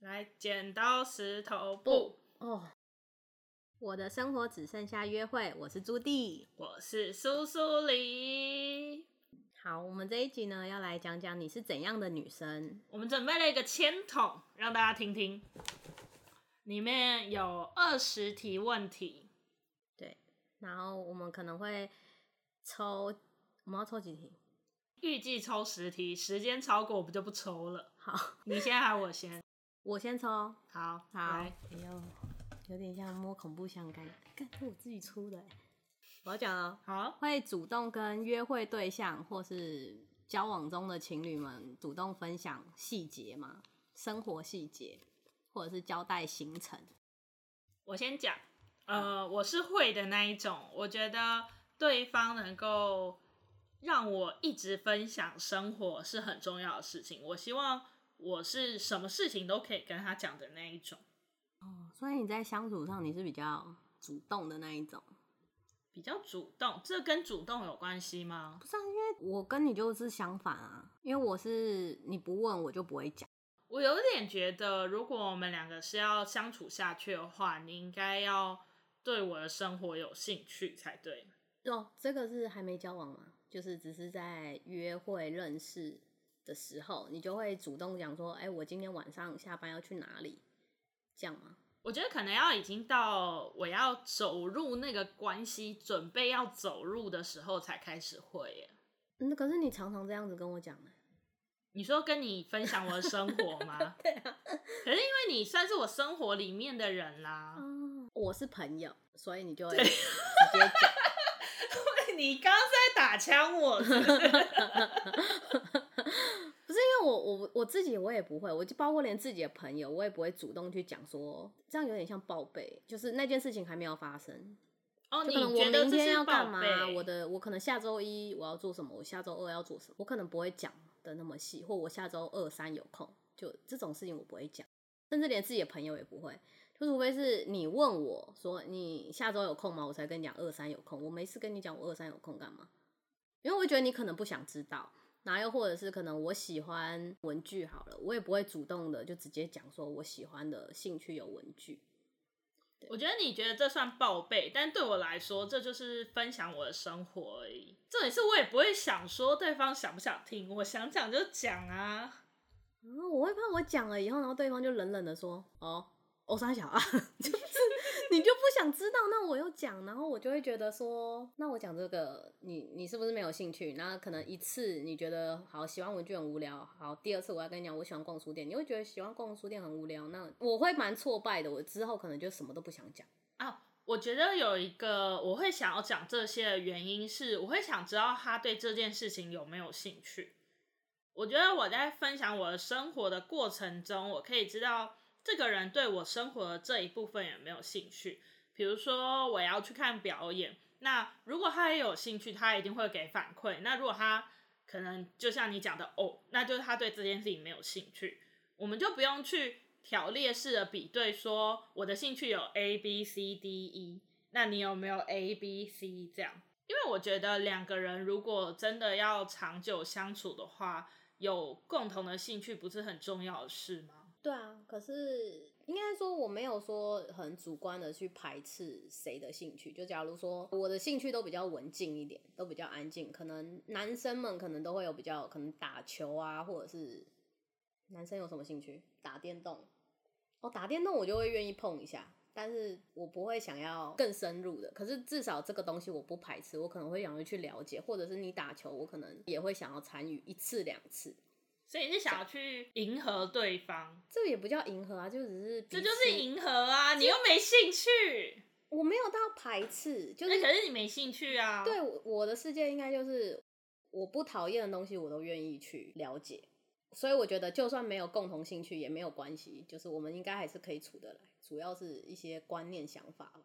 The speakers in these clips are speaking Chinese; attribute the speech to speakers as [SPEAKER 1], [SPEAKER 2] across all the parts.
[SPEAKER 1] 来，剪刀石头布，
[SPEAKER 2] 哦，我的生活只剩下约会。我是朱棣。
[SPEAKER 1] 我是苏苏黎。
[SPEAKER 2] 好，我们这一集呢，要来讲讲你是怎样的女生。
[SPEAKER 1] 我们准备了一个签筒，让大家听听，里面有二十题问题，
[SPEAKER 2] 对，然后我们可能会抽，我们要抽几题？
[SPEAKER 1] 预计抽十题，时间超过我们就不抽了。
[SPEAKER 2] 好，
[SPEAKER 1] 你先还我先？
[SPEAKER 2] 我先抽。
[SPEAKER 1] 好，
[SPEAKER 2] 好，
[SPEAKER 1] 来
[SPEAKER 2] 哎呦，有点像摸恐怖相干，干是我自己出的欸。我要讲哦，
[SPEAKER 1] 好，
[SPEAKER 2] 会主动跟约会对象或是交往中的情侣们主动分享细节吗？生活细节，或者是交代行程。
[SPEAKER 1] 我先讲。呃，我是会的那一种，我觉得对方能够让我一直分享生活是很重要的事情。我希望我是什么事情都可以跟他讲的那一种，
[SPEAKER 2] 哦所以你在相处上你是比较主动的那一种，
[SPEAKER 1] 比较主动。这跟主动有关系吗？
[SPEAKER 2] 不是、啊？因为我跟你就是相反啊，因为我是你不问我就不会讲。
[SPEAKER 1] 我有点觉得，如果我们两个是要相处下去的话，你应该要对我的生活有兴趣才对。
[SPEAKER 2] 哦，这个是还没交往吗？就是只是在约会认识的时候，你就会主动讲说，哎、我今天晚上下班要去哪里，这样吗？
[SPEAKER 1] 我觉得可能要已经到我要走入那个关系，准备要走入的时候才开始会耶。
[SPEAKER 2] 那、嗯可是你常常这样子跟我讲、欸，
[SPEAKER 1] 你说跟你分享我的生活 吗？
[SPEAKER 2] 对啊，
[SPEAKER 1] 可是因为你算是我生活里面的人啦。
[SPEAKER 2] 嗯我是朋友，所以你就会直接讲。
[SPEAKER 1] 你刚刚是在打枪我是 不是
[SPEAKER 2] 不是因为我我我自己我也不会，我就包括连自己的朋友，我也不会主动去讲说，这样有点像报备，就是那件事情还没有发生，
[SPEAKER 1] 哦，
[SPEAKER 2] 就
[SPEAKER 1] 你
[SPEAKER 2] 可能我
[SPEAKER 1] 觉得
[SPEAKER 2] 明
[SPEAKER 1] 这
[SPEAKER 2] 天
[SPEAKER 1] 是
[SPEAKER 2] 要
[SPEAKER 1] 报
[SPEAKER 2] 干嘛
[SPEAKER 1] 备？，
[SPEAKER 2] 我的我可能下周一我要做什么，我下周二要做什么，我可能不会讲的那么细，或我下周二三有空，就这种事情我不会讲，甚至连自己的朋友也不会。就除非是你问我说你下周有空吗，我才跟你讲二三有空。我没事跟你讲我二三有空干嘛？因为我会觉得你可能不想知道，然后又或者是可能我喜欢文具好了，我也不会主动的就直接讲说我喜欢的兴趣有文具。
[SPEAKER 1] 我觉得你觉得这算报备，但对我来说，这就是分享我的生活而已。这也是我也不会想说对方想不想听，我想讲就讲啊。
[SPEAKER 2] 然嗯后我会怕我讲了以后，然后对方就冷冷的说：“哦，我傻小啊， 就是你就不想知道，那我又讲，然后我就会觉得说，那我讲这个，你你是不是没有兴趣？那可能一次你觉得好喜欢文具很无聊，好，第二次我要跟你讲我喜欢逛书店，你会觉得喜欢逛书店很无聊，那我会蛮挫败的，我之后可能就什么都不想讲。
[SPEAKER 1] 啊，我觉得有一个我会想要讲这些的原因是，我会想知道他对这件事情有没有兴趣。我觉得我在分享我的生活的过程中，我可以知道这个人对我生活的这一部分有没有兴趣。比如说，我要去看表演，那如果他也有兴趣，他一定会给反馈。那如果他可能就像你讲的哦，那就是他对这件事情没有兴趣，我们就不用去条列式的比对说我的兴趣有 A B C D E，那你有没有 A B C 这样？因为我觉得两个人如果真的要长久相处的话，有共同的兴趣不是很重要的事吗？
[SPEAKER 2] 对啊，可是应该说我没有说很主观的去排斥谁的兴趣。就假如说我的兴趣都比较文静一点，都比较安静，可能男生们可能都会有比较可能打球啊，或者是男生有什么兴趣？打电动。哦，打电动我就会愿意碰一下，但是我不会想要更深入的。可是至少这个东西我不排斥，我可能会想要去了解，或者是你打球，我可能也会想要参与一次两次。
[SPEAKER 1] 所以你是想要去迎合对方，
[SPEAKER 2] 这个也不叫迎合啊，就只是
[SPEAKER 1] 这
[SPEAKER 2] 彼
[SPEAKER 1] 就是
[SPEAKER 2] 此
[SPEAKER 1] 迎合啊！你又没兴趣，
[SPEAKER 2] 我没有到排斥，就
[SPEAKER 1] 那
[SPEAKER 2] 是
[SPEAKER 1] 可是你没兴趣啊。
[SPEAKER 2] 对我我的世界应该就是我不讨厌的东西，我都愿意去了解。所以我觉得，就算没有共同兴趣也没有关系，就是我们应该还是可以处得来。主要是一些观念想法吧。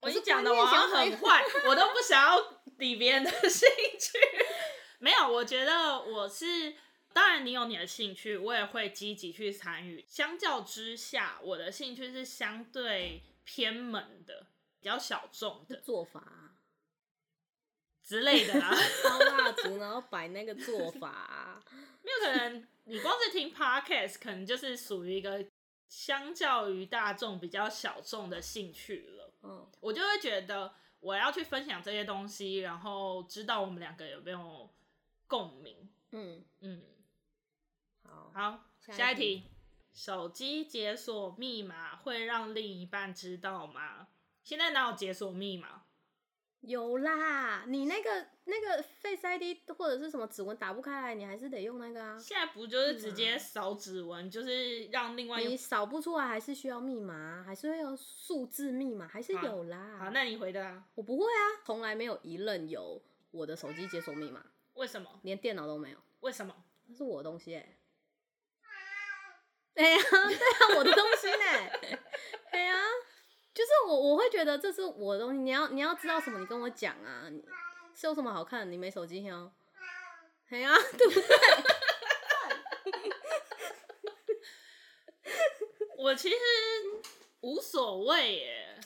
[SPEAKER 1] 我
[SPEAKER 2] 可
[SPEAKER 1] 是
[SPEAKER 2] 是
[SPEAKER 1] 讲的我
[SPEAKER 2] 观
[SPEAKER 1] 好像
[SPEAKER 2] 念想法
[SPEAKER 1] 很 坏，我都不想要理别人的兴趣。 没有，我觉得我是，当然你有你的兴趣，我也会积极去参与。相较之下，我的兴趣是相对偏门的，比较小众 的
[SPEAKER 2] 做法、啊，
[SPEAKER 1] 之类的啦。
[SPEAKER 2] 烧蜡烛，然后摆那个做法、啊，
[SPEAKER 1] 没有可能，你光是听 podcast，可能就是属于一个相较于大众比较小众的兴趣了。
[SPEAKER 2] 嗯，
[SPEAKER 1] 我就会觉得我要去分享这些东西，然后知道我们两个有没有共鸣。
[SPEAKER 2] 嗯，
[SPEAKER 1] 嗯，
[SPEAKER 2] 好，
[SPEAKER 1] 好，
[SPEAKER 2] 下一
[SPEAKER 1] 下一
[SPEAKER 2] 题
[SPEAKER 1] 题，手机解锁密码会让另一半知道吗？现在哪有解锁密码？
[SPEAKER 2] 有啦，你那个那个 Face ID 或者是什么指纹打不开来，你还是得用那个啊。
[SPEAKER 1] 现在不就是直接扫指纹，就是让另外
[SPEAKER 2] 你
[SPEAKER 1] 一
[SPEAKER 2] 扫不出来还是需要密码，啊还是会有数字密码，还是
[SPEAKER 1] 好啊
[SPEAKER 2] 有啦。
[SPEAKER 1] 好？那你回答
[SPEAKER 2] 我不会啊，从来没有一任有我的手机解锁密码，
[SPEAKER 1] 为什么？
[SPEAKER 2] 连电脑都没有，
[SPEAKER 1] 为什么？
[SPEAKER 2] 那是我的东西哎、哎呀， 对啊，我的东西呢、哎呀，就是我我会觉得这是我的东西，你要你要知道什么，你跟我讲啊，你是有什么好看的？你没手机哦。哎呀， 对不对？
[SPEAKER 1] 我其实无所谓耶，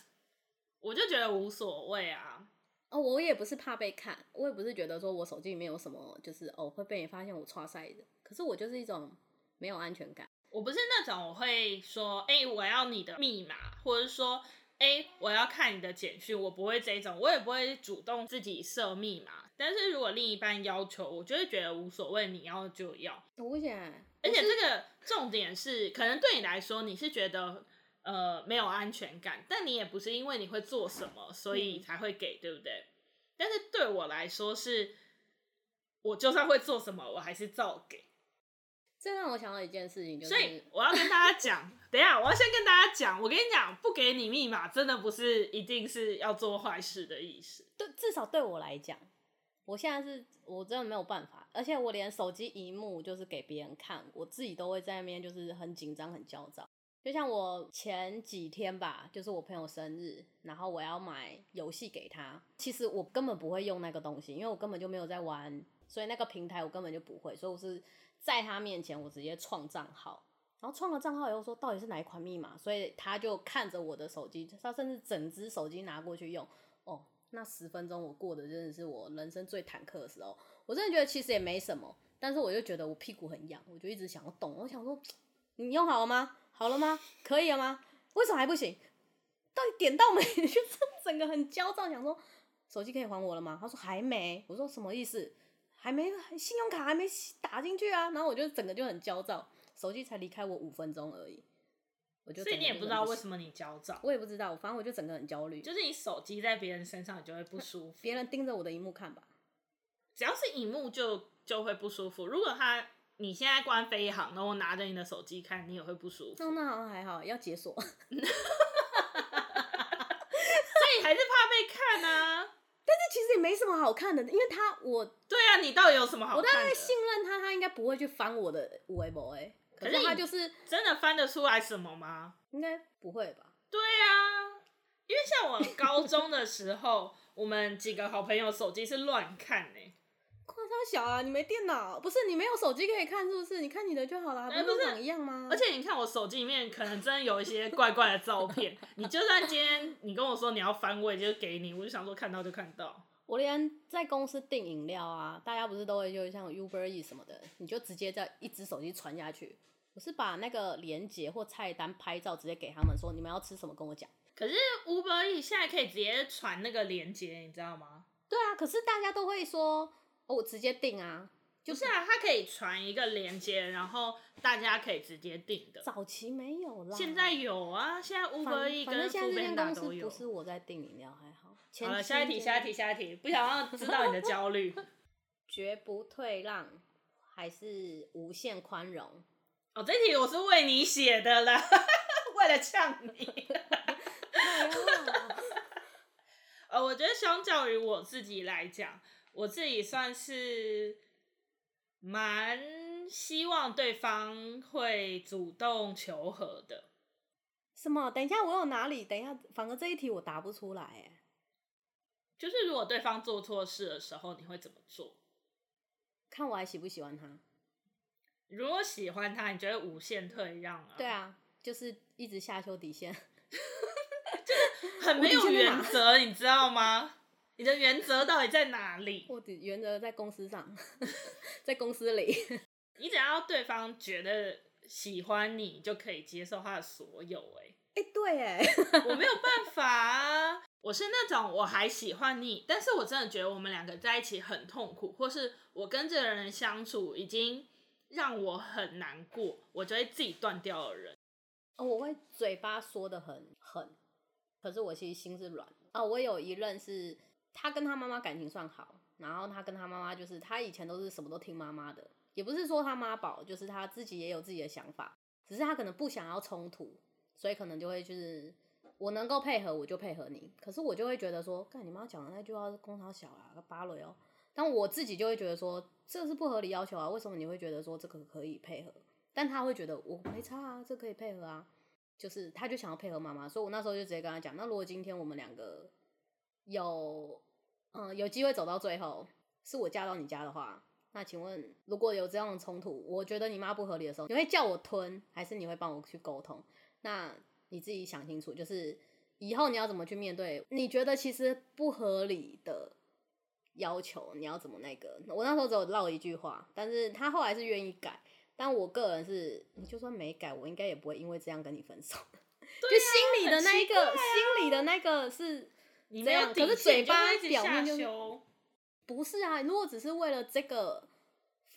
[SPEAKER 1] 我就觉得无所谓啊。
[SPEAKER 2] 哦，我也不是怕被看，我也不是觉得说我手机里面有什么，就是哦会被你发现我刷塞的。可是我就是一种没有安全感。
[SPEAKER 1] 我不是那种我会说，哎、我要你的密码，或者说，哎、我要看你的简讯，我不会这种，我也不会主动自己设密码。但是如果另一半要求，我就会觉得无所谓，你要就要。
[SPEAKER 2] 我危险，
[SPEAKER 1] 而且这个重点是，可能对你来说，你是觉得呃没有安全感，但你也不是因为你会做什么，所以才会给，对不对？但是对我来说是，我就算会做什么，我还是照给。
[SPEAKER 2] 这让我想到一件事情，就
[SPEAKER 1] 所以
[SPEAKER 2] 是
[SPEAKER 1] 我要跟大家 讲，等一下我要先跟大家讲，我跟你讲，不给你密码真的不是一定是要做坏事的意思。
[SPEAKER 2] 对，至少对我来讲，我现在是我真的没有办法，而且我连手机荧幕就是给别人看，我自己都会在那边就是很紧张、很焦躁。就像我前几天吧，就是我朋友生日，然后我要买游戏给他。其实我根本不会用那个东西，因为我根本就没有在玩，所以那个平台我根本就不会。所以我是在他面前，我直接创账号，然后创了账号以后说到底是哪一款密码，所以他就看着我的手机，他甚至整只手机拿过去用。哦，那十分钟我过的真的是我人生最忐忑的时候。我真的觉得其实也没什么，但是我就觉得我屁股很痒，我就一直想要动。我想说，你用好了吗？好了吗？可以了吗？为什么还不行？到底点到没？ 就是整个很焦躁，想说手机可以还我了吗？他说还没。我说什么意思？还没，信用卡还没打进去啊。然后我就整个就很焦躁，手机才离开我五分钟而已，我就
[SPEAKER 1] 所以你也不知道为什
[SPEAKER 2] 么，
[SPEAKER 1] 么你焦躁，
[SPEAKER 2] 我也不知道，反正我就整个很焦虑，
[SPEAKER 1] 就是你手机在别人身上，你就会不舒服。
[SPEAKER 2] 别人盯着我的荧幕看吧。
[SPEAKER 1] 只要是荧幕就就会不舒服。如果他你现在关飞行，然后拿着你的手机看，你也会不舒服。
[SPEAKER 2] 那那好像还好，要解锁。
[SPEAKER 1] 所以还是怕被看啊。
[SPEAKER 2] 这其实也没什么好看的，因为他我
[SPEAKER 1] 对啊，你到底有什么好
[SPEAKER 2] 我大
[SPEAKER 1] 看
[SPEAKER 2] 概
[SPEAKER 1] 的？
[SPEAKER 2] 信任他，他应该不会去翻我的微博哎。
[SPEAKER 1] 可
[SPEAKER 2] 可
[SPEAKER 1] 是
[SPEAKER 2] 是
[SPEAKER 1] 你
[SPEAKER 2] 他就是
[SPEAKER 1] 真的翻得出来什么吗？
[SPEAKER 2] 应该不会吧？
[SPEAKER 1] 对啊，因为像我高中的时候，我们几个好朋友手机是乱看呢、欸
[SPEAKER 2] 夸他小啊，你没电脑，不是你没有手机可以看，是不是？你看你的就好了，还
[SPEAKER 1] 哎
[SPEAKER 2] 不是
[SPEAKER 1] 不
[SPEAKER 2] 都
[SPEAKER 1] 是
[SPEAKER 2] 长一样吗？
[SPEAKER 1] 而且你看我手机里面可能真的有一些怪怪的照片， 你就算今天你跟我说你要翻，我也就给你，我就想说看到就看到。
[SPEAKER 2] 我连在公司订饮料啊，大家不是都会就像 Uber E 什么的，你就直接在一只手机传下去。我是把那个链接或菜单拍照直接给他们说，你们要吃什么跟我讲。
[SPEAKER 1] 可是 Uber E 现在可以直接传那个链接，你知道吗？
[SPEAKER 2] 对啊，可是大家都会说，哦，我直接订啊，
[SPEAKER 1] 不是啊，它可以传一个链接，然后大家可以直接订的。
[SPEAKER 2] 早期没有啦，
[SPEAKER 1] 现在有啊，现在 Uber
[SPEAKER 2] 反
[SPEAKER 1] E
[SPEAKER 2] 反正
[SPEAKER 1] 跟
[SPEAKER 2] 现在这
[SPEAKER 1] Foodpanda
[SPEAKER 2] 间公
[SPEAKER 1] 都
[SPEAKER 2] 司
[SPEAKER 1] 有
[SPEAKER 2] 不。是我在订饮料，还好。前
[SPEAKER 1] 好了，下一题，
[SPEAKER 2] 前
[SPEAKER 1] 下一题，下一题，不想要知道你的焦虑。
[SPEAKER 2] 绝不退让，还是无限宽容？
[SPEAKER 1] 哦，这题我是为你写的啦， 为了呛你。
[SPEAKER 2] 哎呦
[SPEAKER 1] 呃，我觉得相较于我自己来讲，我自己算是蛮希望对方会主动求和的。
[SPEAKER 2] 什么？等一下，我有哪里？等一下，反而这一题我答不出来哎。
[SPEAKER 1] 就是如果对方做错事的时候，你会怎么做？
[SPEAKER 2] 看我还喜不喜欢他？
[SPEAKER 1] 如果喜欢他，你就会无限退让啊，
[SPEAKER 2] 对，啊，就是一直下修底线。
[SPEAKER 1] 很没有
[SPEAKER 2] 我底线在哪
[SPEAKER 1] 原则，你知道吗？你的原则到底在哪里？
[SPEAKER 2] 我的 原则在公司上，在公司里。
[SPEAKER 1] 你只要对方觉得喜欢你就可以接受他的所有、欸，
[SPEAKER 2] 哎、对，哎，
[SPEAKER 1] 我没有办法啊。我是那种我还喜欢你，但是我真的觉得我们两个在一起很痛苦，或是我跟这个人相处已经让我很难过，我就会自己断掉的人。
[SPEAKER 2] 哦，我会嘴巴说的很狠，可是我其实心是软的。啊、我有一任是他跟他妈妈感情算好，然后他跟他妈妈就是他以前都是什么都听妈妈的，也不是说他妈宝，就是他自己也有自己的想法，只是他可能不想要冲突，所以可能就会就是我能够配合我就配合你，可是我就会觉得说，干你妈讲的那句话是公他小啊，芭蕾哦。但我自己就会觉得说这是不合理要求啊，为什么你会觉得说这个可以配合？但他会觉得我没差啊，这可以配合啊，就是他就想要配合妈妈，所以我那时候就直接跟他讲，那如果今天我们两个有嗯有机会走到最后，是我嫁到你家的话，那请问如果有这样的冲突，我觉得你妈不合理的时候，你会叫我吞，还是你会帮我去沟通？那你自己想清楚，就是以后你要怎么去面对？你觉得其实不合理的要求，你要怎么那个？我那时候只有唠一句话，但是他后来是愿意改，但我个人是，你就算没改，我应该也不会因为这样跟你分手。就心里的那一个，心里的那个是
[SPEAKER 1] 你
[SPEAKER 2] 这
[SPEAKER 1] 没
[SPEAKER 2] 样
[SPEAKER 1] 有底
[SPEAKER 2] 可是
[SPEAKER 1] 线
[SPEAKER 2] 嘴
[SPEAKER 1] 你就
[SPEAKER 2] 巴
[SPEAKER 1] 会一直
[SPEAKER 2] 表
[SPEAKER 1] 下
[SPEAKER 2] 面就是
[SPEAKER 1] 修
[SPEAKER 2] 不是啊，如果只是为了这个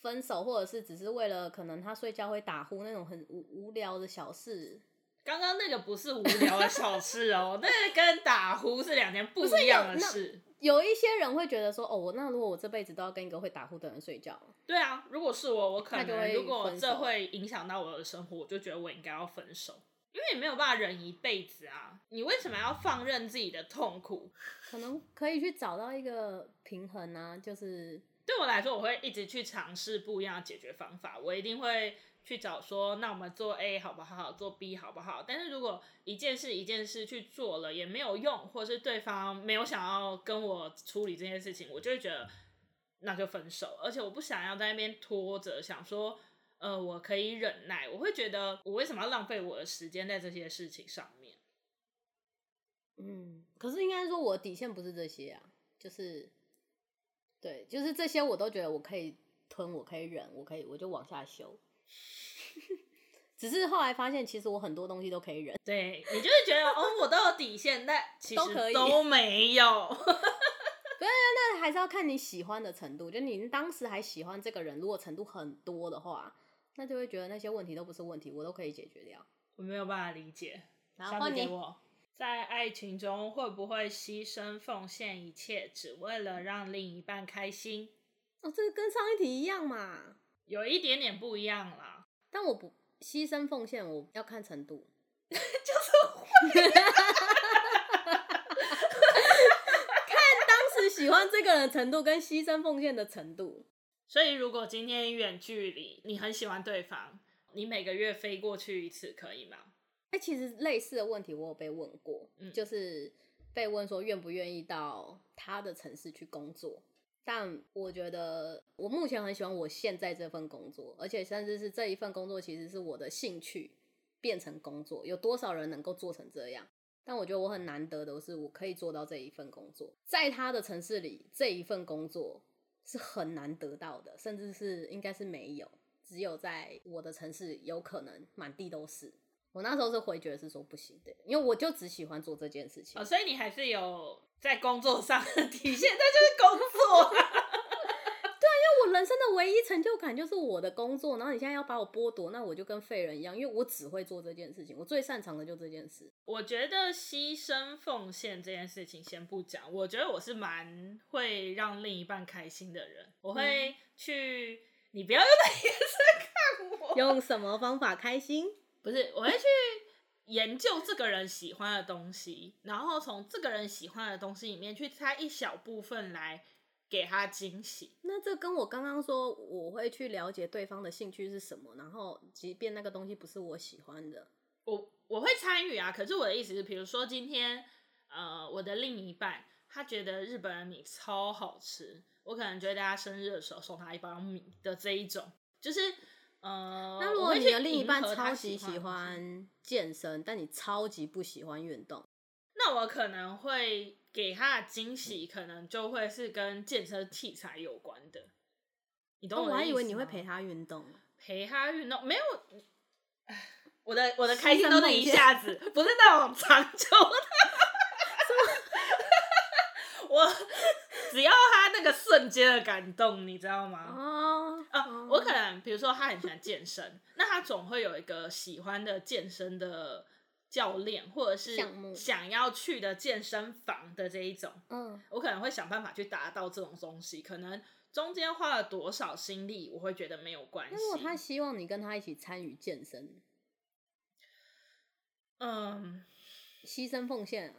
[SPEAKER 2] 分手，或者是只是为了可能他睡觉会打呼那种很无无聊的小事，
[SPEAKER 1] 刚刚那个不是无聊的小事哦， 那个跟打呼是两件不一样的事。
[SPEAKER 2] 有一些人会觉得说，哦，我那如果我这辈子都要跟一个会打呼的人睡觉，
[SPEAKER 1] 对啊，如果是我，我可
[SPEAKER 2] 那就会
[SPEAKER 1] 能如果
[SPEAKER 2] 分手
[SPEAKER 1] 这会影响到我的生活，我就觉得我应该要分手，因为你没有办法忍一辈子啊。你为什么要放任自己的痛苦？
[SPEAKER 2] 可能可以去找到一个平衡啊，就是
[SPEAKER 1] 对我来说，我会一直去尝试不一样的解决方法，我一定会去找说，那我们做 A 好不好，做 B 好不好？但是如果一件事一件事去做了也没有用，或是对方没有想要跟我处理这件事情，我就会觉得那就分手，而且我不想要在那边拖着，想说。呃，我可以忍耐，我会觉得我为什么要浪费我的时间在这些事情上面？
[SPEAKER 2] 嗯，可是应该说我的底线不是这些啊，就是对，就是这些我都觉得我可以吞，我可以忍，我可以我就往下修。 只是后来发现，其实我很多东西都可以忍。
[SPEAKER 1] 对你就会觉得哦，我都有底线，但其
[SPEAKER 2] 都可
[SPEAKER 1] 实
[SPEAKER 2] 以
[SPEAKER 1] 都没有。
[SPEAKER 2] 但还是要看你喜欢的程度，就你当时还喜欢这个人，如果程度很多的话，那就会觉得那些问题都不是问题，我都可以解决掉。
[SPEAKER 1] 我没有办法理解。
[SPEAKER 2] 然
[SPEAKER 1] 下
[SPEAKER 2] 后
[SPEAKER 1] 次
[SPEAKER 2] 换
[SPEAKER 1] 给
[SPEAKER 2] 你，
[SPEAKER 1] 我。在爱情中，会不会牺牲奉献一切，只为了让另一半开心？
[SPEAKER 2] 哦，这跟上一题一样嘛。
[SPEAKER 1] 有一点点不一样啦。
[SPEAKER 2] 但我不牺牲奉献，我要看程度。 就是会看当时喜欢这个人的程度跟牺牲奉献的程度。
[SPEAKER 1] 所以，如果今天远距离，你很喜欢对方，你每个月飞过去一次，可以吗？
[SPEAKER 2] 哎、其实类似的问题我有被问过，
[SPEAKER 1] 嗯
[SPEAKER 2] 就是被问说愿不愿意到他的城市去工作。但我觉得我目前很喜欢我现在这份工作，而且甚至是这一份工作其实是我的兴趣变成工作，有多少人能够做成这样？但我觉得我很难得的是，我可以做到这一份工作，在他的城市里，这一份工作是很难得到的，甚至是应该是没有，只有在我的城市有可能满地都是。我那时候是回绝，是说不行的，因为我就只喜欢做这件事情
[SPEAKER 1] 哦，。所以你还是有在工作上的底线，那就是工 作啊。
[SPEAKER 2] 啊我人生的唯一成就感就是我的工作，然后你现在要把我剥夺，那我就跟废人一样，因为我只会做这件事情，我最擅长的就这件事。
[SPEAKER 1] 我觉得牺牲奉献这件事情先不讲，我觉得我是蛮会让另一半开心的人，我会去，你不要用那眼神看我，
[SPEAKER 2] 用什么方法开心？
[SPEAKER 1] 不是，我会去研究这个人喜欢的东西，然后从这个人喜欢的东西里面去猜一小部分来给他惊喜。
[SPEAKER 2] 那这跟我刚刚说我会去了解对方的兴趣是什么，然后即便那个东西不是我喜欢的，
[SPEAKER 1] 我我会参与啊，可是我的意思是，比如说今天，呃，我的另一半他觉得日本的米超好吃，我可能觉得他生日的时候送他一包米的这一种，就是呃，
[SPEAKER 2] 那如
[SPEAKER 1] 我
[SPEAKER 2] 果
[SPEAKER 1] 会
[SPEAKER 2] 你
[SPEAKER 1] 去
[SPEAKER 2] 的另一
[SPEAKER 1] 迎
[SPEAKER 2] 半
[SPEAKER 1] 合他
[SPEAKER 2] 超
[SPEAKER 1] 喜
[SPEAKER 2] 级喜
[SPEAKER 1] 欢的东西
[SPEAKER 2] 欢健身，但你超级不喜欢运动，
[SPEAKER 1] 那我可能会给他的惊喜，可能就会是跟健身器材有关的。你
[SPEAKER 2] 那
[SPEAKER 1] 懂
[SPEAKER 2] 哦我
[SPEAKER 1] 的
[SPEAKER 2] 还
[SPEAKER 1] 意
[SPEAKER 2] 以为你
[SPEAKER 1] 思
[SPEAKER 2] 会
[SPEAKER 1] 吗
[SPEAKER 2] 陪他运动。
[SPEAKER 1] 陪他运动，没有我的我的开心都是一下子，不是那种长久的。 我只要他那个瞬间的感动，你知道吗？
[SPEAKER 2] 哦
[SPEAKER 1] 啊，我可能比如说他很喜欢健身，那他总会有一个喜欢的健身的教练，或者是
[SPEAKER 2] 项目
[SPEAKER 1] 想要去的健身房的这一种，
[SPEAKER 2] 嗯
[SPEAKER 1] 我可能会想办法去达到这种东西。可能中间花了多少心力，我会觉得没有关系
[SPEAKER 2] 那。如果他希望你跟他一起参与健身，
[SPEAKER 1] 嗯，
[SPEAKER 2] 牺牲奉献啊，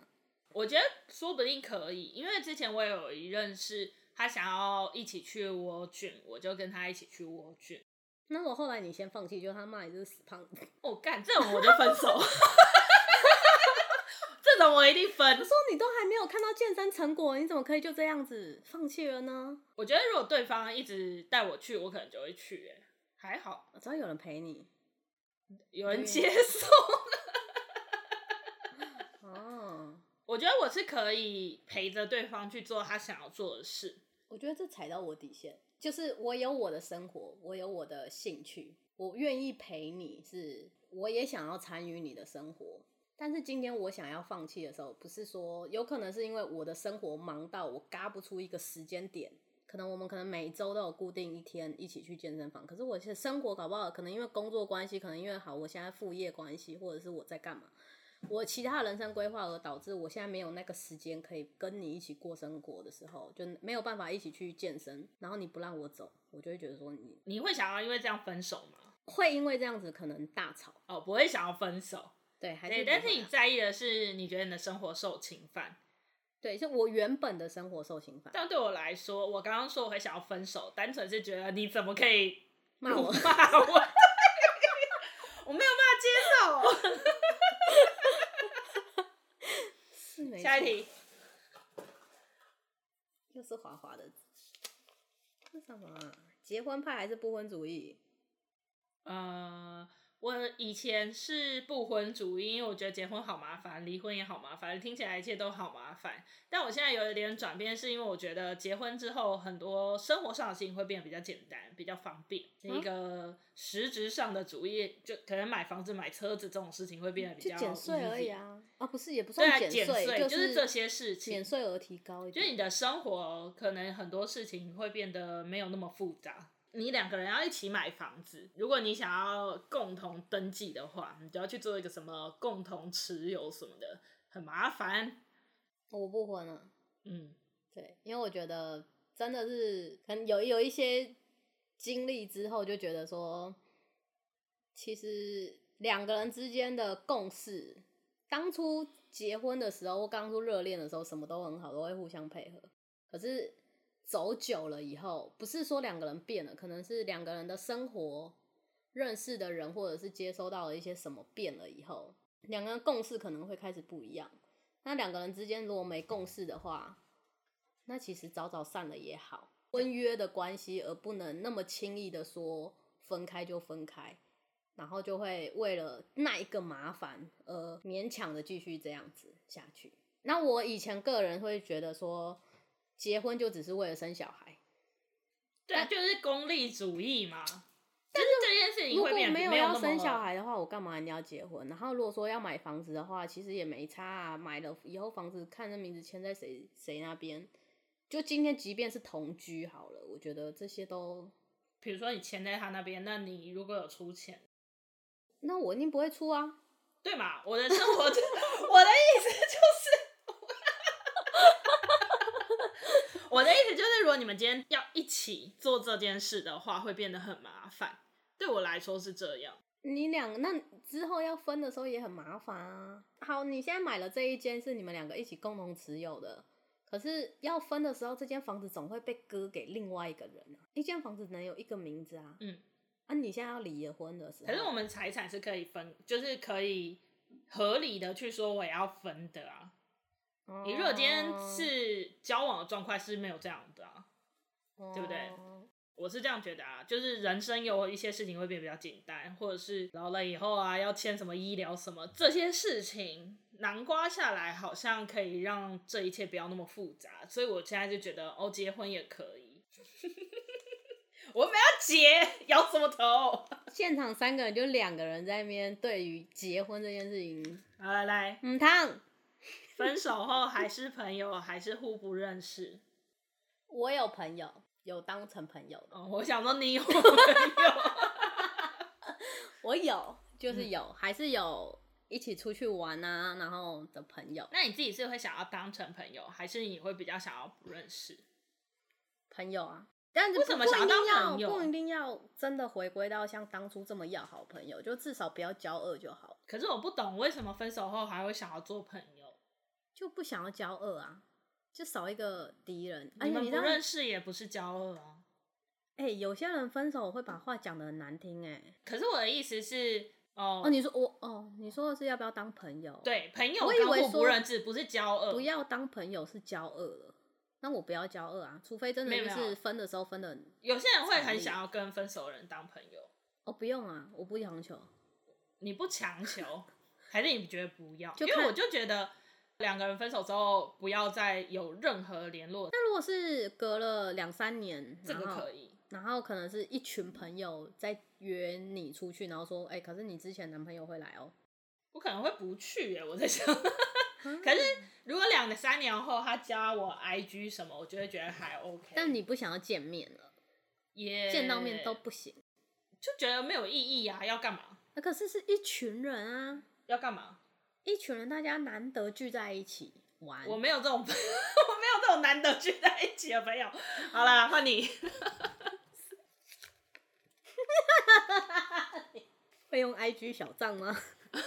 [SPEAKER 1] 我觉得说不定可以，因为之前我有一任是他想要一起去蜗郡，我就跟他一起去蜗郡。
[SPEAKER 2] 那我后来你先放弃，就他骂你就是死胖子，
[SPEAKER 1] 我、哦、干这种我就分手， 这种我一定分
[SPEAKER 2] 我。说你都还没有看到健身成果，你怎么可以就这样子放弃了呢？
[SPEAKER 1] 我觉得如果对方一直带我去，我可能就会去、欸。还好
[SPEAKER 2] 只要有人陪你
[SPEAKER 1] 有人
[SPEAKER 2] 对啊
[SPEAKER 1] 接受，
[SPEAKER 2] 哦，
[SPEAKER 1] 我觉得我是可以陪着对方去做他想要做的事。
[SPEAKER 2] 我觉得这踩到我底线，就是我有我的生活，我有我的兴趣，我愿意陪你是，我也想要参与你的生活。但是今天我想要放弃的时候，不是说有可能是因为我的生活忙到我嘎不出一个时间点，可能我们可能每周都有固定一天一起去健身房，可是我现在生活搞不好，可能因为工作关系，可能因为好我现在副业关系，或者是我在干嘛，我其他的人生规划而导致我现在没有那个时间可以跟你一起过生活的时候，就没有办法一起去健身，然后你不让我走，我就会觉得说你
[SPEAKER 1] 你会想要因为这样分手吗？
[SPEAKER 2] 会因为这样子可能大吵，
[SPEAKER 1] 哦，不会想要分手。
[SPEAKER 2] 对，还是
[SPEAKER 1] 对，
[SPEAKER 2] 不会
[SPEAKER 1] 但是你在意的是，你觉得你的生活受侵犯。
[SPEAKER 2] 对，是我原本的生活受侵犯，
[SPEAKER 1] 但对我来说，我刚刚说我会想要分手，单纯是觉得你怎么可以
[SPEAKER 2] 骂我
[SPEAKER 1] 辱骂我？我没有办法接哦
[SPEAKER 2] 是 没
[SPEAKER 1] 受。下一
[SPEAKER 2] 错
[SPEAKER 1] 题，
[SPEAKER 2] 又是滑滑的，是什么啊、结婚派还是不婚主义？
[SPEAKER 1] 呃，我以前是不婚主义，因为我觉得结婚好麻烦，离婚也好麻烦，听起来一切都好麻烦。但我现在有一点转变，是因为我觉得结婚之后，很多生活上的事情会变得比较简单，比较方便。是
[SPEAKER 2] 嗯
[SPEAKER 1] 一个实质上的主义，就可能买房子、买车子这种事情会变得比
[SPEAKER 2] 就
[SPEAKER 1] 较
[SPEAKER 2] 减税而已
[SPEAKER 1] easy。
[SPEAKER 2] 啊，啊不是也不
[SPEAKER 1] 对啊，
[SPEAKER 2] 算
[SPEAKER 1] 减
[SPEAKER 2] 税，
[SPEAKER 1] 税
[SPEAKER 2] 是
[SPEAKER 1] 这些事情，
[SPEAKER 2] 免税额提高一
[SPEAKER 1] 就是你
[SPEAKER 2] 点。
[SPEAKER 1] 的生活可能很多事情会变得没有那么复杂。你两个人要一起买房子，如果你想要共同登记的话，你就要去做一个什么共同持有什么的，很麻烦。
[SPEAKER 2] 我不婚了，
[SPEAKER 1] 嗯，
[SPEAKER 2] 对，因为我觉得真的是可能有有一些经历之后，就觉得说，其实两个人之间的共识，当初结婚的时候或当初热恋的时候，什么都很好，都会互相配合。可是走久了以后，不是说两个人变了，可能是两个人的生活、认识的人，或者是接收到了一些什么变了以后，两个人共识可能会开始不一样。那两个人之间如果没共识的话，那其实早早散了也好，婚约的关系，而不能那么轻易的说分开就分开，然后就会为了那一个麻烦而勉强的继续这样子下去。那我以前个人会觉得说，结婚就只是为了生小孩，
[SPEAKER 1] 对啊，就是功利主义嘛。但是这件事情
[SPEAKER 2] 如
[SPEAKER 1] 会
[SPEAKER 2] 果
[SPEAKER 1] 变得
[SPEAKER 2] 没
[SPEAKER 1] 没
[SPEAKER 2] 有要
[SPEAKER 1] 那么
[SPEAKER 2] 生小，孩的话，我干嘛一定要结婚？然后如果说要买房子的话，其实也没差啊，买了以后房子看这名字签在谁谁那边。就今天，即便是同居好了，我觉得这些都，
[SPEAKER 1] 比如说你钱在他那边，那你如果有出钱，
[SPEAKER 2] 那我一定不会出啊。
[SPEAKER 1] 对嘛？我的生 活就，我的意思就是， 我的意思就是，如果你们今天要一起做这件事的话，会变得很麻烦。对我来说是这样，
[SPEAKER 2] 你两那之后要分的时候也很麻烦啊。好，你现在买了这一间是你们两个一起共同持有的，可是要分的时候，这间房子总会被割给另外一个人啊。一间房子能有一个名字啊？
[SPEAKER 1] 嗯，
[SPEAKER 2] 啊，你现在要离了婚的时候，
[SPEAKER 1] 可是我们财产是可以分，就是可以合理的去说我也要分的啊。
[SPEAKER 2] 哦
[SPEAKER 1] 你如果今天是交往的状况是没有这样的啊，对不对
[SPEAKER 2] 哦
[SPEAKER 1] 我是这样觉得啊，就是人生有一些事情会变得比较简单，或者是老了以后啊，要签什么医疗什么这些事情，南瓜下来好像可以让这一切不要那么复杂，所以我现在就觉得哦， 结婚也可以。我们要结，摇什么头？
[SPEAKER 2] 现场三个人就两个人在那边对于结婚这件事情，
[SPEAKER 1] 好来来，
[SPEAKER 2] 嗯，汤，
[SPEAKER 1] 分手后还是朋友，还是互不认识。
[SPEAKER 2] 我有朋友有当成朋友的，
[SPEAKER 1] 哦，我想说你有 朋友，
[SPEAKER 2] 我有
[SPEAKER 1] 嗯
[SPEAKER 2] 就是有，还是有一起出去玩啊，然后的朋友，
[SPEAKER 1] 那你自己是会想要当成朋友，还是你会比较想要不认识？
[SPEAKER 2] 朋友啊。但是
[SPEAKER 1] 为
[SPEAKER 2] 不
[SPEAKER 1] 什么
[SPEAKER 2] 不
[SPEAKER 1] 想
[SPEAKER 2] 一
[SPEAKER 1] 要当
[SPEAKER 2] 定要
[SPEAKER 1] 朋友
[SPEAKER 2] 不一定要真的回归到像当初这么要好的朋友，就至少不要交恶就好，
[SPEAKER 1] 可是我不懂为什么分手后还会想要做朋友，
[SPEAKER 2] 就不想要交恶啊，就少一个敌人。而
[SPEAKER 1] 你
[SPEAKER 2] 且
[SPEAKER 1] 们
[SPEAKER 2] 哎你
[SPEAKER 1] 不
[SPEAKER 2] 知道，
[SPEAKER 1] 认识也不是交恶啊。
[SPEAKER 2] 哎、有些人分手会把话讲的很难听、哎，
[SPEAKER 1] 可是我的意思是，哦，
[SPEAKER 2] 哦，你说我哦，你说的是要不要当朋友？，
[SPEAKER 1] 对朋友
[SPEAKER 2] 我以
[SPEAKER 1] 跟
[SPEAKER 2] 为
[SPEAKER 1] 互不
[SPEAKER 2] 说
[SPEAKER 1] 认识，不是交恶，
[SPEAKER 2] 不要当朋友是交恶了，那我不要交恶啊，除非真的
[SPEAKER 1] 没有
[SPEAKER 2] 就
[SPEAKER 1] 没有
[SPEAKER 2] 是分的时候分的很，
[SPEAKER 1] 有些人会
[SPEAKER 2] 才
[SPEAKER 1] 很
[SPEAKER 2] 艺
[SPEAKER 1] 想要跟分手的人当朋友，
[SPEAKER 2] 哦，不用啊，我不强求。
[SPEAKER 1] 你不强求，还是你觉得不要？
[SPEAKER 2] 就
[SPEAKER 1] 因为
[SPEAKER 2] 看
[SPEAKER 1] 我就觉得两个人分手之后不要再有任何联络，
[SPEAKER 2] 那如果是隔了两三年，
[SPEAKER 1] 这个
[SPEAKER 2] 然后
[SPEAKER 1] 可以。
[SPEAKER 2] 然后可能是一群朋友在约你出去，然后说，哎、可是你之前男朋友会来哦、
[SPEAKER 1] 我可能会不去耶，我在 想。可是
[SPEAKER 2] 嗯
[SPEAKER 1] 如果两三年后他加我 IG 什么，我就会觉得还 OK。
[SPEAKER 2] 但你不想要见面了，
[SPEAKER 1] 也
[SPEAKER 2] 见到面都不行。
[SPEAKER 1] 就觉得没有意义啊，要干嘛？
[SPEAKER 2] 那可是是一群人啊，
[SPEAKER 1] 要干嘛？
[SPEAKER 2] 一群人大家难得聚在一起玩。
[SPEAKER 1] 我没有这种，我没 有这种难得聚在一起的朋友。好啦，换你。
[SPEAKER 2] 会用 IG 小账吗？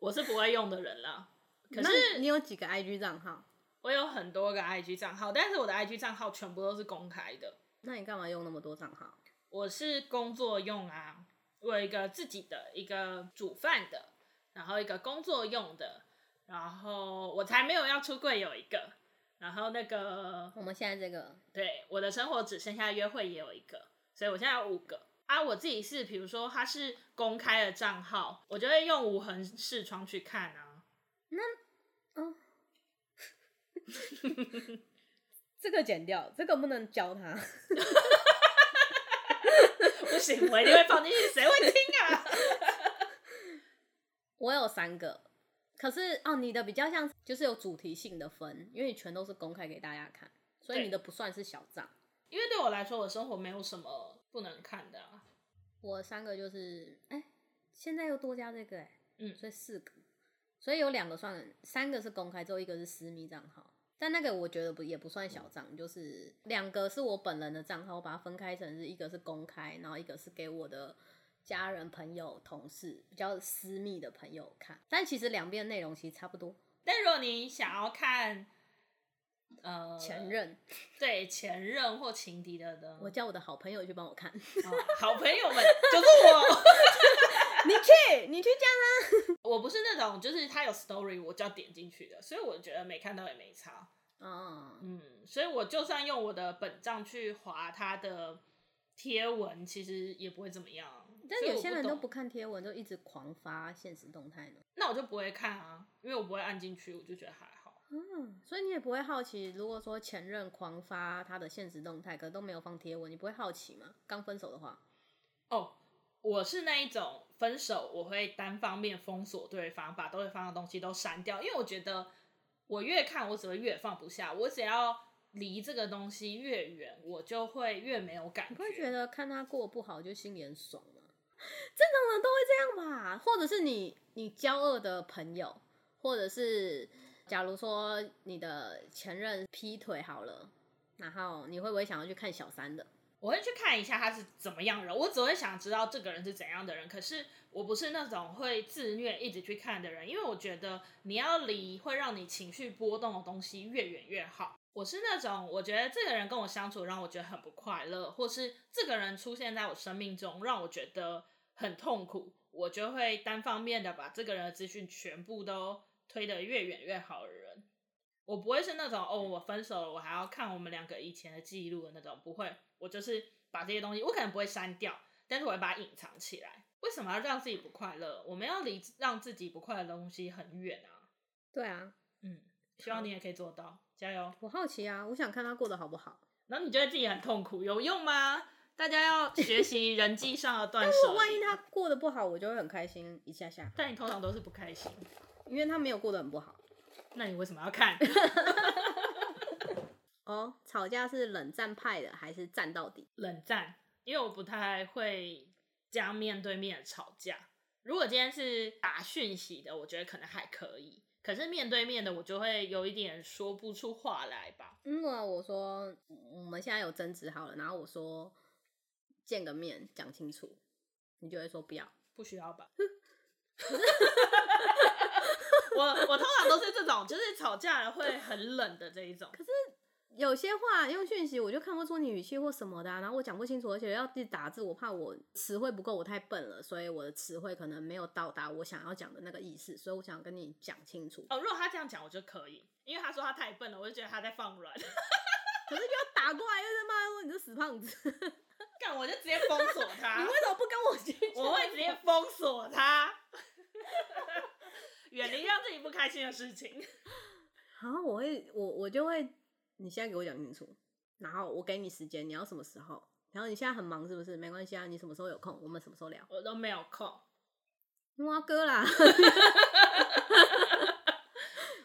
[SPEAKER 1] 我是不会用的人啦。可
[SPEAKER 2] 那
[SPEAKER 1] 是
[SPEAKER 2] 你有几个 IG 账号？
[SPEAKER 1] 我有很多个 IG 账号，但是我的 IG 账号全部都是公开的。
[SPEAKER 2] 那你干嘛用那么多账号？
[SPEAKER 1] 我是工作用啊，我有一个自己的，一个煮饭的，然后一个工作用的，然后我才没有要出柜有一个，然后那个
[SPEAKER 2] 我们现在这个
[SPEAKER 1] 对我的生活只剩下约会也有一个，所以我现在有五个。啊，我自己是比如说它是公开的账号，我就会用无痕视窗去看啊。
[SPEAKER 2] 这个剪掉，这个不能教他。
[SPEAKER 1] 不行，我一定会放进去，谁会听啊？
[SPEAKER 2] 我有三个，可是哦，你的比较像就是有主题性的分，因为你全都是公开给大家看，所以
[SPEAKER 1] 对
[SPEAKER 2] 你的不算是小账。
[SPEAKER 1] 因为对我来说，我生活没有什么不能看的、啊。
[SPEAKER 2] 我三个就是，哎、现在又多加这个、哎，
[SPEAKER 1] 嗯
[SPEAKER 2] 所以四个，所以有两个算，三个是公开，之后一个是私密账号。但那个我觉得不也不算小账，就是两个是我本人的账号，我把它分开成是一个是公开，然后一个是给我的家人、朋友、同事比较私密的朋友看。但其实两边内容其实差不多，
[SPEAKER 1] 但如果你想要看，呃，
[SPEAKER 2] 前任，
[SPEAKER 1] 对前任或情敌的呢，
[SPEAKER 2] 我叫我的好朋友去帮我看，嗯 你
[SPEAKER 1] 哦好朋友们就是
[SPEAKER 2] 去，你去 这样，
[SPEAKER 1] 我，我不是那种就是他有 story 我就要点进去的，所以我觉得没看到也没差。
[SPEAKER 2] 哦，
[SPEAKER 1] 嗯，所以我就算用我的本账去划他的贴文，其实也不会怎么样啊。
[SPEAKER 2] 但
[SPEAKER 1] 所以我
[SPEAKER 2] 有些人都
[SPEAKER 1] 懂
[SPEAKER 2] 不，看贴文，就一直狂发现实动态呢。
[SPEAKER 1] 那我就不会看啊，因为我不会按进去，我就觉得还好。
[SPEAKER 2] 嗯，所以你也不会好奇，如果说前任狂发他的现实动态，可都没有放贴文，你不会好奇吗？刚分手的话，
[SPEAKER 1] 哦，我是那一种分手我会单方面封锁对方，把对方的东西都删掉，因为我觉得我越看我只会越放不下，我只要离这个东西越远，我就会越没有感
[SPEAKER 2] 你
[SPEAKER 1] 觉。
[SPEAKER 2] 不会觉得看他过得不好就心里很爽吗？正常人都会这样吧，或者是你你交恶的朋友，或者是假如说你的前任劈腿好了，然后你会不会想要去看小三的？
[SPEAKER 1] 我会去看一下他是怎么样的人，我只会想知道这个人是怎样的人。可是我不是那种会自虐一直去看的人，因为我觉得你要离会让你情绪波动的东西越远越好。我是那种我觉得这个人跟我相处让我觉得很不快乐，或是这个人出现在我生命中让我觉得很痛苦，我就会单方面的把这个人的资讯全部都推得越远越好的人。我不会是那种哦，
[SPEAKER 2] 嗯
[SPEAKER 1] 我分手了，我还要看我们两个以前的记录的那种，不会，我就是把这些东西，我可能不会删掉，但是我会把它隐藏起来。为什么要让自己不快乐？我们要离让自己不快乐的东西很远啊。
[SPEAKER 2] 对啊，
[SPEAKER 1] 嗯，希望你也可以做到，加油。
[SPEAKER 2] 我好奇啊，我想看他过得好不好。
[SPEAKER 1] 然后你觉得自己很痛苦，有用吗？大家要学习人际上的断
[SPEAKER 2] 但
[SPEAKER 1] 舍
[SPEAKER 2] 是
[SPEAKER 1] 离。
[SPEAKER 2] 万一他过得不好，我就会很开心一下下，
[SPEAKER 1] 但你通常都是不开心，
[SPEAKER 2] 因为他没有过得很不好。
[SPEAKER 1] 那你为什么要看？
[SPEAKER 2] 哦，吵架是冷战派的还是战到底？
[SPEAKER 1] 冷战，因为我不太会这样面对面吵架。如果今天是打讯息的，我觉得可能还可以，可是面对面的我就会有一点说不出话来吧。
[SPEAKER 2] 如果啊我说我们现在有争执好了，然后我说见个面讲清楚，你就会说不要。
[SPEAKER 1] 不需要吧？ 我我通常都是这种，就是吵架了会很冷的这一种。
[SPEAKER 2] 有些话用讯息我就看不出你语气或什么的啊、然后我讲不清楚，而且要自己打字，我怕我词汇不够，我太笨了，所以我的词汇可能没有到达我想要讲的那个意思，所以我想跟你讲清楚。
[SPEAKER 1] 哦，如果他这样讲，我就可以，因为他说他太笨了，我就觉得他在放软。
[SPEAKER 2] 可是就要打过来，又在骂说你这死胖子，你
[SPEAKER 1] 干，我就直接封锁他
[SPEAKER 2] 为，什么不跟我去？
[SPEAKER 1] 啊 我会直接封锁他，远离让自己不开心的事情。
[SPEAKER 2] 好，我会，我我就会，你现在给我讲清楚，然后我给你时间，你要什么时候？然后你现在很忙是不是？没关系啊，你什么时候有空，我们什么时候聊？
[SPEAKER 1] 我都没有空，
[SPEAKER 2] 哇哥啦，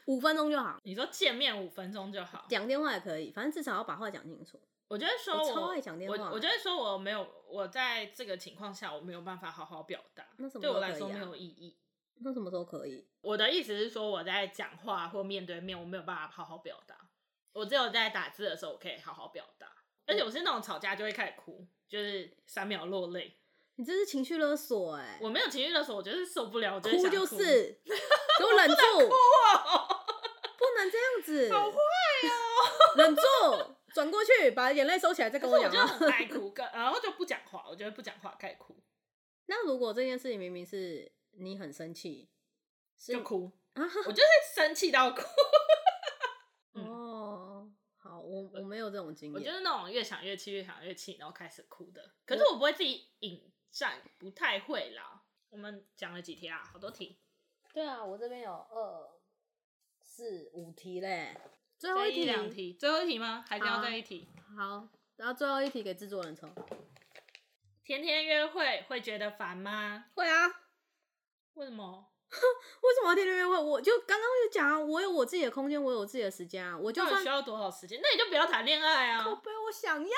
[SPEAKER 2] 五分钟就好，
[SPEAKER 1] 你说见面五分钟就好。
[SPEAKER 2] 讲电话也可以，反正至少要把话讲清楚。
[SPEAKER 1] 我觉得说
[SPEAKER 2] 我
[SPEAKER 1] 我
[SPEAKER 2] 超爱讲电话
[SPEAKER 1] 我我觉得说我没有，我在这个情况下我没有办法好好表达，
[SPEAKER 2] 那什么
[SPEAKER 1] 对我
[SPEAKER 2] 时候
[SPEAKER 1] 来说没
[SPEAKER 2] 可以啊
[SPEAKER 1] 有意义。
[SPEAKER 2] 那什么时候可以？
[SPEAKER 1] 我的意思是说，我在讲话或面对面，我没有办法好好表达。我只有在打字的时候，我可以好好表达。而且我是那种吵架就会开始哭，就是三秒落泪。
[SPEAKER 2] 你这是情绪勒索哎、
[SPEAKER 1] 我没有情绪勒索，我就是受不了，我就
[SPEAKER 2] 哭
[SPEAKER 1] 想
[SPEAKER 2] 就
[SPEAKER 1] 哭
[SPEAKER 2] 是，给我忍住，不能这样子，
[SPEAKER 1] 哦好坏哦
[SPEAKER 2] 忍住，转过去，把眼泪收起来，再
[SPEAKER 1] 可
[SPEAKER 2] 跟
[SPEAKER 1] 是我
[SPEAKER 2] 讲
[SPEAKER 1] 就
[SPEAKER 2] 啊。
[SPEAKER 1] 很爱哭，跟然后就不讲话，我觉得不讲话开始哭
[SPEAKER 2] 那如果这件事情明明是你很生气，是
[SPEAKER 1] 就 哭，
[SPEAKER 2] 啊，
[SPEAKER 1] 我就是生气到哭。嗯呃
[SPEAKER 2] 哦，好，我我没有这种经
[SPEAKER 1] 我就
[SPEAKER 2] 验，
[SPEAKER 1] 是那种越想越气，越想越气，然后开始哭的。可是我不会自己引战，不太会啦。我们讲了几题啊？好多题。
[SPEAKER 2] 对啊，我这边有二四五题嘞，最后
[SPEAKER 1] 这
[SPEAKER 2] 一题，
[SPEAKER 1] 两题，最后一题吗？还是
[SPEAKER 2] 好
[SPEAKER 1] 要
[SPEAKER 2] 啊
[SPEAKER 1] 再一题？
[SPEAKER 2] 好，然后最后一题给制作人抽，
[SPEAKER 1] 天天约会会觉得烦吗？
[SPEAKER 2] 会啊，
[SPEAKER 1] 为什么？
[SPEAKER 2] 为什么要天天约会？我就刚刚就讲啊，我有我自己的空间，我有我自己的时间啊，我就
[SPEAKER 1] 到底
[SPEAKER 2] 算
[SPEAKER 1] 需要多少时间？那你就不要谈恋爱
[SPEAKER 2] 宝
[SPEAKER 1] 啊！
[SPEAKER 2] 贝，我想要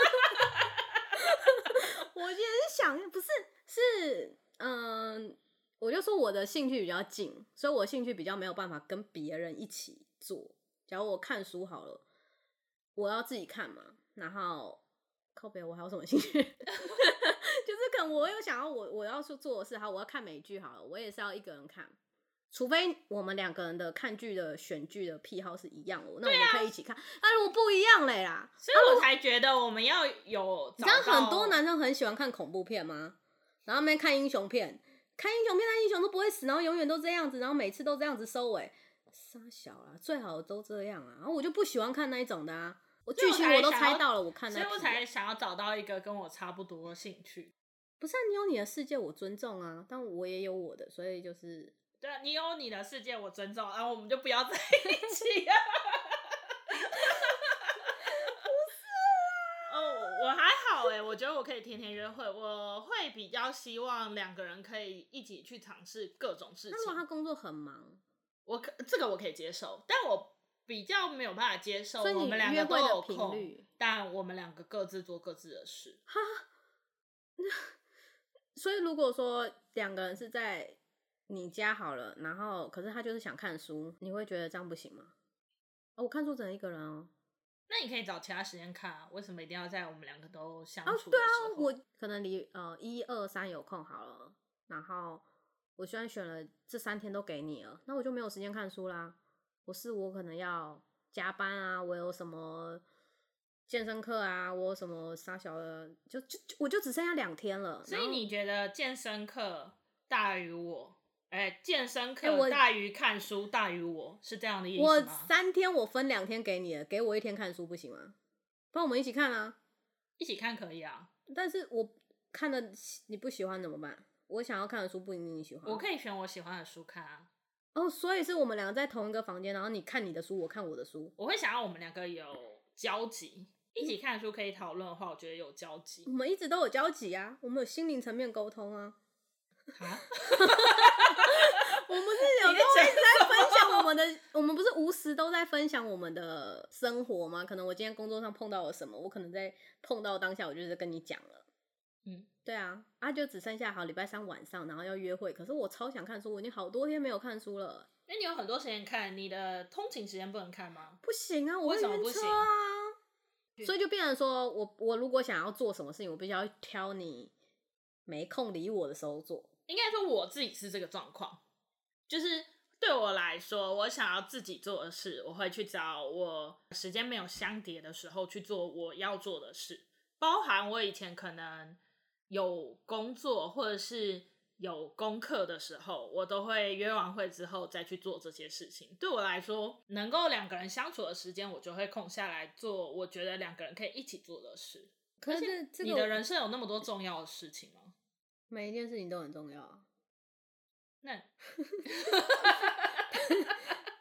[SPEAKER 2] 啊！ 我也是想，不是是嗯，我就说我的兴趣比较近，所以我兴趣比较没有办法跟别人一起做。假如我看书好了，我要自己看嘛，然后靠北我还有什么兴趣？ 就是可能我有想要我我要去做的事，好，我要看美剧好了，我也是要一个人看。除非我们两个人的看剧的选剧的癖好是一样的，那我们可以一起看。但如果不一样嘞啦，
[SPEAKER 1] 所以啊我才觉得我们要有
[SPEAKER 2] 你
[SPEAKER 1] 找
[SPEAKER 2] 知
[SPEAKER 1] 到。
[SPEAKER 2] 道很多男生很喜欢看恐怖片吗？然后没看英雄片，看英雄片，那英雄都不会死，然后永远都这样子，然后每次都这样子收尾，傻小啦，最好都这样啊。然后我就不喜欢看那一种的啊，我
[SPEAKER 1] 所以
[SPEAKER 2] 剧
[SPEAKER 1] 我
[SPEAKER 2] 情
[SPEAKER 1] 才
[SPEAKER 2] 我都
[SPEAKER 1] 想
[SPEAKER 2] 猜
[SPEAKER 1] 要
[SPEAKER 2] 到了，我看
[SPEAKER 1] 所
[SPEAKER 2] 那
[SPEAKER 1] 以我
[SPEAKER 2] 题
[SPEAKER 1] 才想要找到一个跟我差不多的兴趣。
[SPEAKER 2] 不是、啊、你有你的世界，我尊重啊，但我也有我的，所以就是
[SPEAKER 1] 对啊，你有你的世界，我尊重，然、啊后我们就不要在一起 啊。不是啊，哦，我还好哎、我觉得我可以天天约会，我会比较希望两个人可以一起去尝试各种事情。
[SPEAKER 2] 那如果他工作很忙，
[SPEAKER 1] 我可这个我可以接受，但我比较没有办法接受
[SPEAKER 2] 所以
[SPEAKER 1] 我
[SPEAKER 2] 你
[SPEAKER 1] 们两
[SPEAKER 2] 约
[SPEAKER 1] 个都
[SPEAKER 2] 会的
[SPEAKER 1] 有
[SPEAKER 2] 频
[SPEAKER 1] 空，
[SPEAKER 2] 率，
[SPEAKER 1] 但我们两个各自做各自的事。
[SPEAKER 2] 所以如果说两个人是在你家好了，然后可是他就是想看书，你会觉得这样不行吗？哦、我看书只能一个人哦。
[SPEAKER 1] 那你可以找其他时间看啊，为什么一定要在我们两个都相
[SPEAKER 2] 啊，
[SPEAKER 1] 处的
[SPEAKER 2] 对
[SPEAKER 1] 时
[SPEAKER 2] 啊
[SPEAKER 1] 候？，
[SPEAKER 2] 我可能离呃一二三有空好了，然后我虽然选了这三天都给你了，那我就没有时间看书啦。我是我可能要加班啊，我有什么健身课啊，我有什么傻小的，就就就我就只剩下两天了。
[SPEAKER 1] 所以
[SPEAKER 2] 然后
[SPEAKER 1] 你觉得健身课大于我？哎、健身
[SPEAKER 2] 哎我
[SPEAKER 1] 课大于看书大于我，是这样的意思
[SPEAKER 2] 我
[SPEAKER 1] 吗？
[SPEAKER 2] 三天我分两天给你了，给我一天看书不行吗？不然我们一起看啊。
[SPEAKER 1] 一起看可以啊，
[SPEAKER 2] 但是我看的你不喜欢怎么办？我想要看的书不一定你喜欢啊。
[SPEAKER 1] 我可以选我喜欢的书看啊。
[SPEAKER 2] 哦，所以是我们两个在同一个房间，然后你看你的书，我看我的书。
[SPEAKER 1] 我会想要我们两个有交集，一起看书可以讨论的话，我觉得有交 集
[SPEAKER 2] 我。们一直都有交集啊，我们有心灵层面沟通啊，
[SPEAKER 1] 啊，
[SPEAKER 2] 我们是有
[SPEAKER 1] 你
[SPEAKER 2] 都
[SPEAKER 1] 在
[SPEAKER 2] 一直
[SPEAKER 1] 讲
[SPEAKER 2] 在分享我们的，我们不是无时都在分享我们的生活吗？可能我今天工作上碰到了什么，我可能在碰到当下，我就是跟你讲了。
[SPEAKER 1] 嗯，
[SPEAKER 2] 对啊，啊就只剩下好礼拜三晚上，然后要约会，可是我超想看书，我已经好多天没有看书了，
[SPEAKER 1] 因为你有很多时间看，你的通勤时间不能看吗？
[SPEAKER 2] 不行啊，我
[SPEAKER 1] 为
[SPEAKER 2] 会
[SPEAKER 1] 什么
[SPEAKER 2] 晕
[SPEAKER 1] 不
[SPEAKER 2] 车
[SPEAKER 1] 行
[SPEAKER 2] 啊。所以就变成说我我如果想要做什么事情，我必须要挑你没空理我的时候做。
[SPEAKER 1] 应该说我自己是这个状况，就是对我来说，我想要自己做的事，我会去找我时间没有相叠的时候去做我要做的事，包含我以前可能有工作或者是有功课的时候，我都会约完会之后再去做这些事情。对我来说，能够两个人相处的时间，我就会空下来做我觉得两个人可以一起做的事。
[SPEAKER 2] 可
[SPEAKER 1] 而且
[SPEAKER 2] 是这个
[SPEAKER 1] 你的人生有那么多重要的事情吗？
[SPEAKER 2] 每一件事情都很重 要啊。
[SPEAKER 1] 那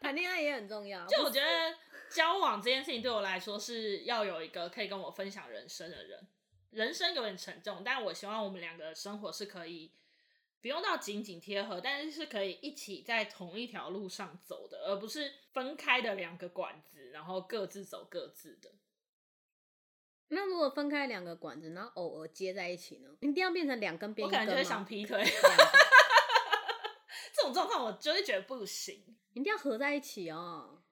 [SPEAKER 2] 谈恋爱也很重要，啊
[SPEAKER 1] 就我觉得交往这件事情对我来说是要有一个可以跟我分享人生的人。人生有点沉重，但我希望我们两个的生活是可以不用到紧紧贴合，但是是可以一起在同一条路上走的，而不是分开的两个管子，然后各自走各自的。
[SPEAKER 2] 那如果分开两个管子，然后偶尔接在一起呢？一定要变成两根变
[SPEAKER 1] 我
[SPEAKER 2] 一
[SPEAKER 1] 可
[SPEAKER 2] 根
[SPEAKER 1] 能就会想
[SPEAKER 2] 吗？
[SPEAKER 1] 劈腿，
[SPEAKER 2] 这样子
[SPEAKER 1] 这种状况我就会觉得不行。
[SPEAKER 2] 一定要合在一起哦。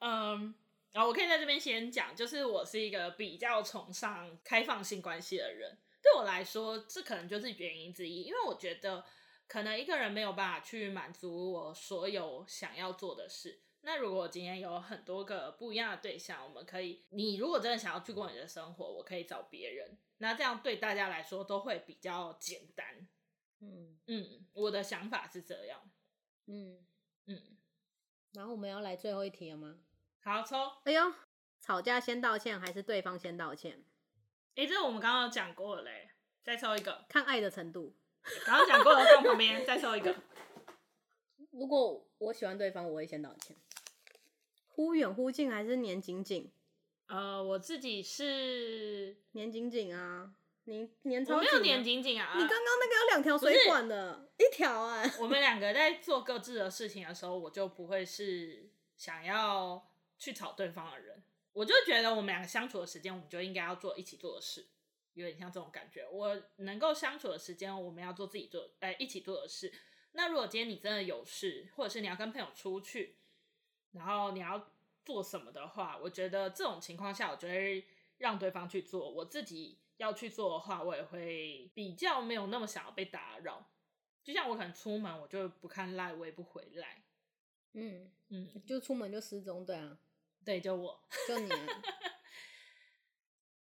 [SPEAKER 1] 嗯，然后我可以在这边先讲，就是我是一个比较崇尚开放性关系的人，对我来说，这可能就是原因之一，因为我觉得可能一个人没有办法去满足我所有想要做的事。那如果我今天有很多个不一样的对象，我们可以，你如果真的想要去过你的生活，我可以找别人，那这样对大家来说都会比较简单。
[SPEAKER 2] 嗯
[SPEAKER 1] 嗯，我的想法是这样。
[SPEAKER 2] 嗯，
[SPEAKER 1] 嗯，
[SPEAKER 2] 然后我们要来最后一题了吗？
[SPEAKER 1] 好抽。
[SPEAKER 2] 哎呦，吵架先道歉还是对方先道歉？
[SPEAKER 1] 诶、这个我们刚刚有讲过嘞、再抽一个。
[SPEAKER 2] 看爱的程度。
[SPEAKER 1] 然后讲过了，放旁边，再抽一个。
[SPEAKER 2] 如果我喜欢对方，我会先道歉。忽远忽近还是黏紧紧？
[SPEAKER 1] 呃，我自己是
[SPEAKER 2] 黏紧紧啊，你黏
[SPEAKER 1] 我
[SPEAKER 2] 超
[SPEAKER 1] 没
[SPEAKER 2] 紧、
[SPEAKER 1] 有黏。紧紧啊，
[SPEAKER 2] 你刚刚那个有两条水管的，一条啊。
[SPEAKER 1] 我们两个在做各自的事情的时候，我就不会是想要去吵对方的人。我就觉得我们两个相处的时间，我们就应该要做一起做的事，有点像这种感觉。我能够相处的时间，我们要做自己做，呃，一起做的事。那如果今天你真的有事，或者是你要跟朋友出去，然后你要做什么的话，我觉得这种情况下，我就会让对方去做。我自己要去做的话，我也会比较没有那么想要被打扰。就像我可能出门，我就不看赖，我也不回来。
[SPEAKER 2] 嗯，
[SPEAKER 1] 嗯，
[SPEAKER 2] 就出门就失踪，对啊，
[SPEAKER 1] 对，就我
[SPEAKER 2] 就 你、啊。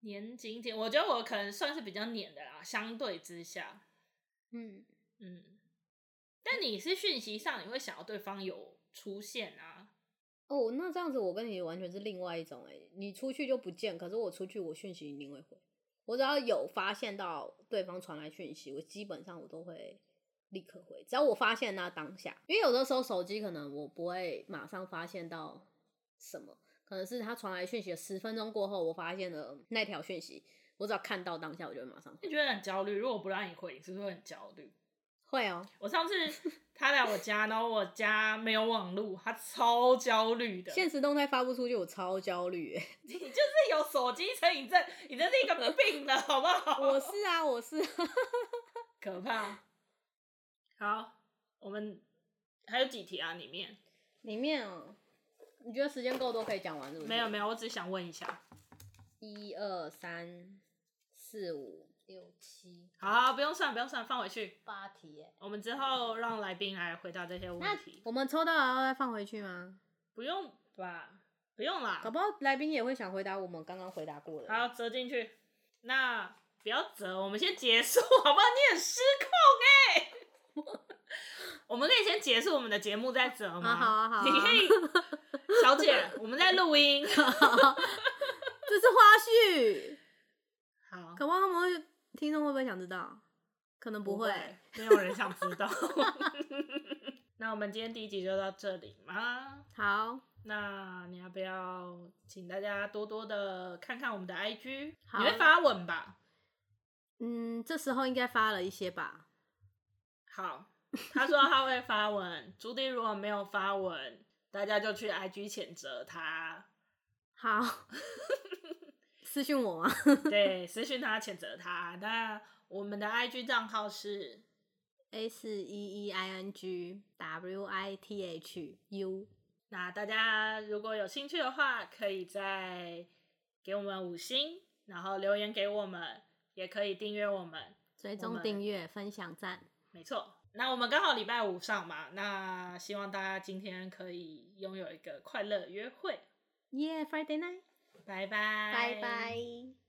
[SPEAKER 1] 黏紧紧，我觉得我可能算是比较黏的啦，相对之下，
[SPEAKER 2] 嗯，
[SPEAKER 1] 嗯。但你是讯息上，你会想要对方有出现啊？
[SPEAKER 2] 哦，那这样子我跟你完全是另外一种哎、你出去就不见，可是我出去我讯息一定会回，我只要有发现到对方传来讯息，我基本上我都会立刻回，只要我发现那当下，因为有的时候手机可能我不会马上发现到什么，可能是他传来讯息的十分钟过后，我发现了那条讯息，我只要看到当下我就会马上回，
[SPEAKER 1] 你觉得很焦虑，如果不让你回，你是不是会很焦虑？
[SPEAKER 2] 会哦、
[SPEAKER 1] 我上 次他来我家，然后我家没有网路，他超焦虑的。
[SPEAKER 2] 现实动态发不出去，我超焦虑、欸，
[SPEAKER 1] 你就是有手机成瘾症，你真是一个病了，好不好？
[SPEAKER 2] 我是啊，我是、啊，
[SPEAKER 1] 可怕。好，我们还有几题啊？里面
[SPEAKER 2] 里面哦、你觉得时间够都可以讲完是不是？
[SPEAKER 1] 没有没有，我只想问一下。
[SPEAKER 2] 一二三四五六七
[SPEAKER 1] 好好，不用算，不用算，放回去。
[SPEAKER 2] 八题耶。
[SPEAKER 1] 我们之后让来宾来回答这些问
[SPEAKER 2] 那
[SPEAKER 1] 题。
[SPEAKER 2] 我们抽到了要再放回去吗？
[SPEAKER 1] 不用吧？不用啦
[SPEAKER 2] 搞。不好来宾也会想回答我们刚刚回答过的。
[SPEAKER 1] 好，折进去。那不要折，我们先结束， 好不好？你很失控哎、 我们可以先结束我们的节目再折吗？
[SPEAKER 2] 啊好啊好啊
[SPEAKER 1] 你可以，小 姐，我们在录音。
[SPEAKER 2] 这是花絮，
[SPEAKER 1] 好，
[SPEAKER 2] 搞不好他们会听众会不会想知道？可能不会。，
[SPEAKER 1] 没有人 想知道。那我们今天第一集就到这里吗？
[SPEAKER 2] 好，
[SPEAKER 1] 那你要不要请大家多多的看看我们的 IG？
[SPEAKER 2] 好
[SPEAKER 1] 你会发文吧？
[SPEAKER 2] 嗯，这时候应该发了一些吧。
[SPEAKER 1] 好，他说他会发文，朱棣如果没有发文，大家就去 IG 谴责他，
[SPEAKER 2] 好， 私讯我吗？
[SPEAKER 1] 对，私讯他谴责他。那我们的 IG 账号是
[SPEAKER 2] S E E I N G W I T H U。
[SPEAKER 1] 那大家如果有兴趣的话，可以再给我们五星，然后留言给我们，也可以订阅我们。
[SPEAKER 2] 追
[SPEAKER 1] 我
[SPEAKER 2] 踪
[SPEAKER 1] 们
[SPEAKER 2] 订阅、分享赞，
[SPEAKER 1] 没错，那我们刚好礼拜五上嘛，那希望大家今天可以拥有一个快乐约会，
[SPEAKER 2] 耶、f r i d a y night，
[SPEAKER 1] 拜拜，
[SPEAKER 2] 拜拜。